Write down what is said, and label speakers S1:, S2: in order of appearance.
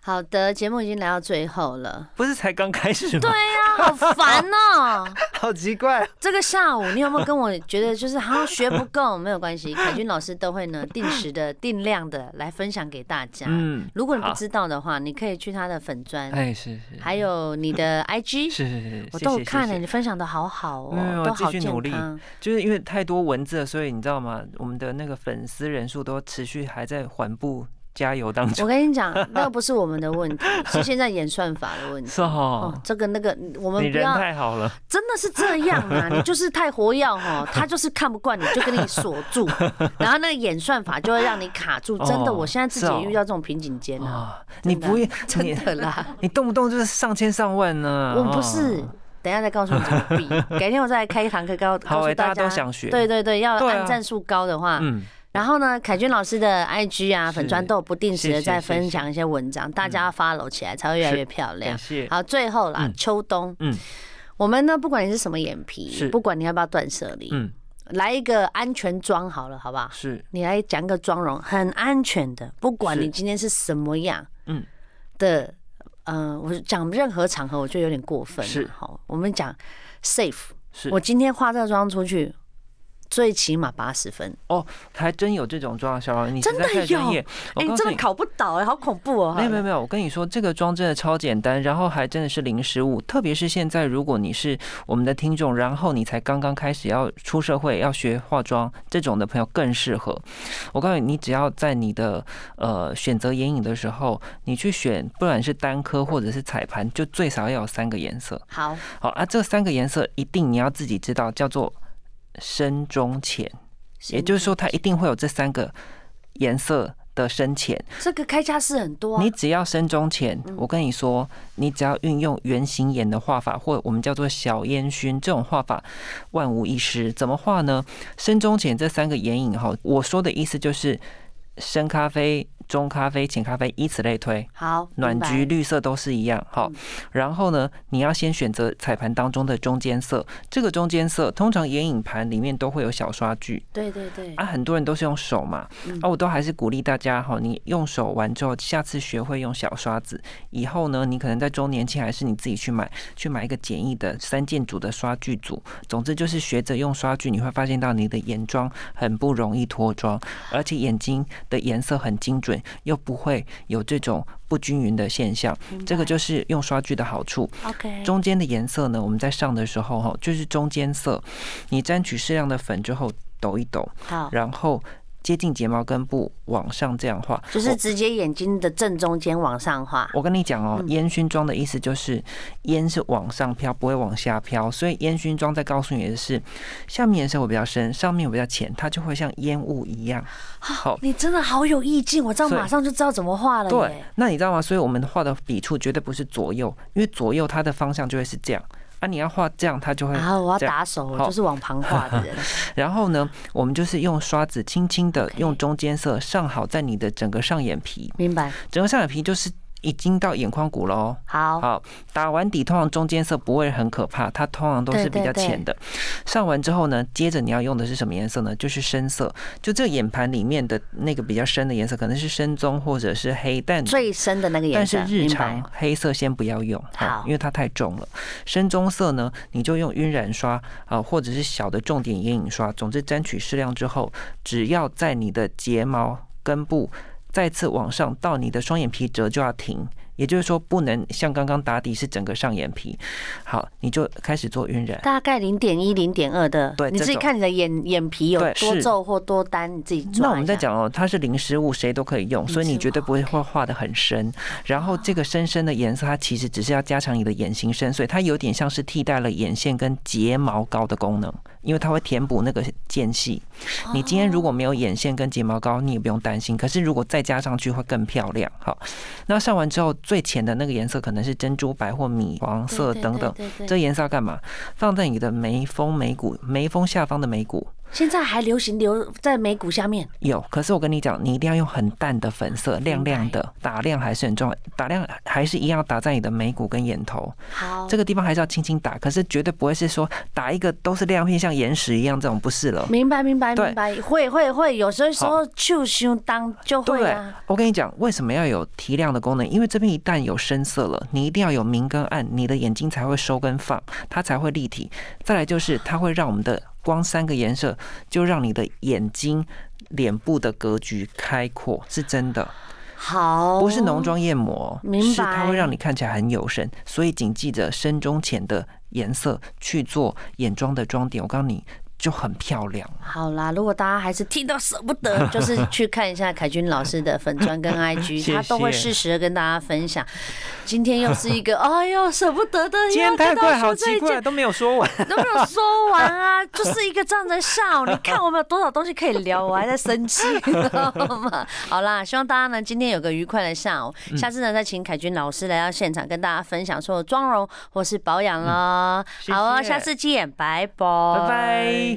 S1: 好的，节目已经来到最后了。
S2: 不是才刚开始吗？
S1: 对呀、好烦哦、
S2: 好奇怪，
S1: 这个下午你有没有跟我觉得就是好像学不够？没有关 系，凯君老师都会呢定时的、定量的来分享给大家。
S2: 嗯
S1: 如果你不
S2: 好
S1: 知道的话，你可以去他的粉砖，
S2: 哎，是是
S1: 还有你的 IG，
S2: 是是是，
S1: 我都有
S2: 谢谢
S1: 看了、
S2: 谢谢
S1: 你分享的好好哦、
S2: 没有
S1: 都好
S2: 继续努力
S1: 健康。
S2: 就是因为太多文字了，所以你知道吗？我们的那个粉丝人数都持续还在缓步加油当
S1: 我
S2: 中，
S1: 跟你讲，那个不是我们的 问题，是现在演算法的问题。
S2: 是哦
S1: 哦，，这个那个，我
S2: 你
S1: 们不
S2: 人
S1: 要
S2: 太好了，
S1: 真的是这样 啊！你就是太活跃哦，他就是看不惯你，就跟你锁住， 然后那个演算法就会让你卡住。真的，
S2: 哦
S1: 我现在自己
S2: 是
S1: 也
S2: 哦
S1: 遇到这种瓶颈间啊，
S2: 啊，你
S1: 真的
S2: 不
S1: 啊
S2: 要
S1: 真
S2: 你
S1: 的啦，
S2: 你动不动就是上千上万呢、
S1: 我们不
S2: 哦
S1: 是。等一下再告诉你怎么 避，改天我再来开一堂课告
S2: 好
S1: 告诉
S2: 欸
S1: 大家。
S2: 大家都想学
S1: 对对对，要
S2: 对啊
S1: 按战术高的话，
S2: 嗯，
S1: 然后呢，凯君老师的 IG 啊、
S2: 是
S1: 粉砖都有不定时的
S2: 谢谢
S1: 在分享一些文章，大家要 follow 起来才会越来越漂亮
S2: 感。谢。
S1: 好，最后啦，
S2: 嗯
S1: 秋冬，
S2: 嗯
S1: 我们呢，不管你是什么眼皮，
S2: 是
S1: 不管你要不要断舍离，
S2: 嗯，
S1: 来一个安全妆好了，好不好？
S2: 是
S1: 你来讲个妆容，很安全的，不管
S2: 是
S1: 你今天是什么样，嗯
S2: 嗯
S1: 的，呃，我讲任何场合，我觉得有点过分了。啊
S2: 是
S1: 好，我们讲 safe，
S2: 是
S1: 我，今天化这个妆出去，最起码八十分。
S2: 哦，还真有这种妆，小王，你实
S1: 真
S2: 在
S1: 的
S2: 太专
S1: 有
S2: 业。我
S1: 哎、
S2: 告
S1: 真
S2: 诉
S1: 的
S2: 你，
S1: 考不倒哎、好恐怖哦！
S2: 没有没有没有，我跟你说，这个妆真的超简单，然后还真的是零失误。特别是现在，如果你是我们的听众，然后你才刚刚开始要出社会要学化妆这种的朋友更适合。我告诉你，你只要在你的呃选择眼影的时候，你去选，不管是单颗或者是彩盘，就最少要有三个颜色。
S1: 好，
S2: 好啊，这三个颜色一定你要自己知道，叫做深中浅，也就是说它一定会有这三个颜色的深浅。
S1: 这个开价是很多、啊，
S2: 你只要深中浅，
S1: 嗯
S2: 我跟你说，你只要运用圆形眼的画法，或我们叫做小烟熏这种画法，万无一失。怎么画呢？深中浅这三个眼影哈，我说的意思就是深咖啡、中咖啡、浅咖啡，以此类推。
S1: 好
S2: 暖橘、
S1: 明白
S2: 绿色都是一样，好
S1: 嗯。
S2: 然后呢，你要先选择彩盘当中的中间色。这个中间色，通常眼影盘里面都会有小刷具
S1: 对对对，
S2: 啊，很多人都是用手嘛
S1: 嗯。
S2: 啊，我都还是鼓励大家哈，你用手玩之后，下次学会用小刷子，以后呢，你可能在周年庆还是你自己去买，去买一个简易的三件组的刷具组。总之就是学着用刷具，你会发现到你的眼妆很不容易脱妆，而且眼睛的颜色很精准，又不会有这种不均匀的现象。
S1: 明白
S2: 这个就是用刷具的好处。
S1: OK。
S2: 中间的颜色呢，我们在上的时候哈，就是中间色，你沾取适量的粉之后抖一抖，
S1: 好，
S2: 然后接近睫毛根部往上这样画。
S1: 就是
S2: 我
S1: 直接眼睛的正中间往上画。
S2: 我跟你讲哦
S1: 嗯，
S2: 烟熏妆的意思就是烟是往上飘，不会往下飘，所以烟熏妆在告诉你的是，下面颜色会比较深，上面会比较浅，它就会像烟雾一样。好，
S1: 你啊真的好有意境，我这样
S2: 所以
S1: 马上就知道怎么画了
S2: 对
S1: 耶。，
S2: 那你知道吗？所以我们画的笔触绝对不是左右，因为左右它的方向就会是这样啊，你要画这样它就会
S1: 然后我要
S2: 这样
S1: 打手，我
S2: 好
S1: 就是往旁画的人。
S2: 然后呢，我们就是用刷子轻轻的
S1: OK
S2: 用中间色上好在你的整个上眼皮，
S1: 明白？
S2: 整个上眼皮就是已经到眼眶骨了哦。
S1: 好，
S2: 好，打完底通常中间色不会很可怕，它通常都是比较浅的。上完之后呢，接着你要用的是什么颜色呢？就是深色，就这个眼盘里面的那个比较深的颜色，可能是深棕或者是黑，但
S1: 最深的那个颜
S2: 但
S1: 色，
S2: 是日
S1: 明白
S2: 常？黑色先不要用，
S1: 好
S2: 因为它太重了。深棕色呢，你就用晕染刷啊、或者是小的重点眼影刷，总之沾取适量之后，只要在你的睫毛根部再次往上到你的双眼皮折就要停，也就是说不能像刚刚打底是整个上眼皮。好，你就开始做晕染。
S1: 大概零点一、零点二的，
S2: 对
S1: 你自己
S2: 这种
S1: 看你的眼眼皮有
S2: 对
S1: 多
S2: 是
S1: 皱或多单，你自己抓一下。
S2: 那我们在讲哦，它是零失误，谁都可以用，所以
S1: 零失
S2: 你
S1: 误
S2: 绝对不会画画的很深。然后这个深深的颜色，它其实只是要加强你的眼型深邃，它有点像是替代了眼线跟睫毛膏的功能，因为它会填补那个间隙。
S1: 哦
S2: 你今天如果没有眼线跟睫毛膏，你也不用担心。可是如果再加上去，会更漂亮。好，那上完之后，最浅的那个颜色可能是珍珠白或米黄
S1: 对
S2: 色等等。，
S1: 对对对对
S2: 这颜色要干嘛？放在你的眉峰、眉骨、眉峰下方的眉骨，
S1: 现在还流行留在眉骨下面，
S2: 有，可是我跟你讲，你一定要用很淡的粉色，亮亮的，打亮还是很重要，打亮还是一样打在你的眉骨跟眼头，
S1: 好，
S2: 这个地方还是要轻轻打，可是绝对不会是说打一个都是亮片，像岩石一样这种，不是了。
S1: 明白明白
S2: 对
S1: 明白，会会会，有时候说就胸当就会
S2: 对
S1: 啊，，
S2: 我跟你讲，为什么要有提亮的功能？因为这边一旦有深色了，你一定要有明跟暗，你的眼睛才会收跟放，它才会立体。再来就是它会让我们的光三个颜色，就让你的眼睛、脸部的格局开阔，是真的，
S1: 好，
S2: 不是浓妆艳抹，哦
S1: 明
S2: 是它
S1: 白
S2: 会让你看起来很有神。所以谨记着深中浅的颜色去做眼妆的妆点，我告诉你就很漂亮。
S1: 好啦，如果大家还是听到舍不得， 就是去看一下凯军老师的粉砖跟 IG，
S2: 谢
S1: 他都会
S2: 谢
S1: 适时的跟大家分享。今天又是一 个，哎呦，舍不得的，
S2: 今天
S1: 又跟
S2: 太
S1: 大
S2: 快，
S1: 家说
S2: 好
S1: 再
S2: 奇
S1: 见
S2: 怪，都没有说完。
S1: 能不能说完啊？ 就是一个这样的下午，你看我们有多少东西可以聊，我还在生 气，你知道吗？好啦，希望大家呢今天有个愉快的下午，
S2: 嗯
S1: 下次呢再请凯军老师来到现场跟大家分享所有妆容或是保养啦。
S2: 嗯
S1: 哦
S2: 谢谢
S1: 好哦，下次见，拜拜，
S2: 拜拜。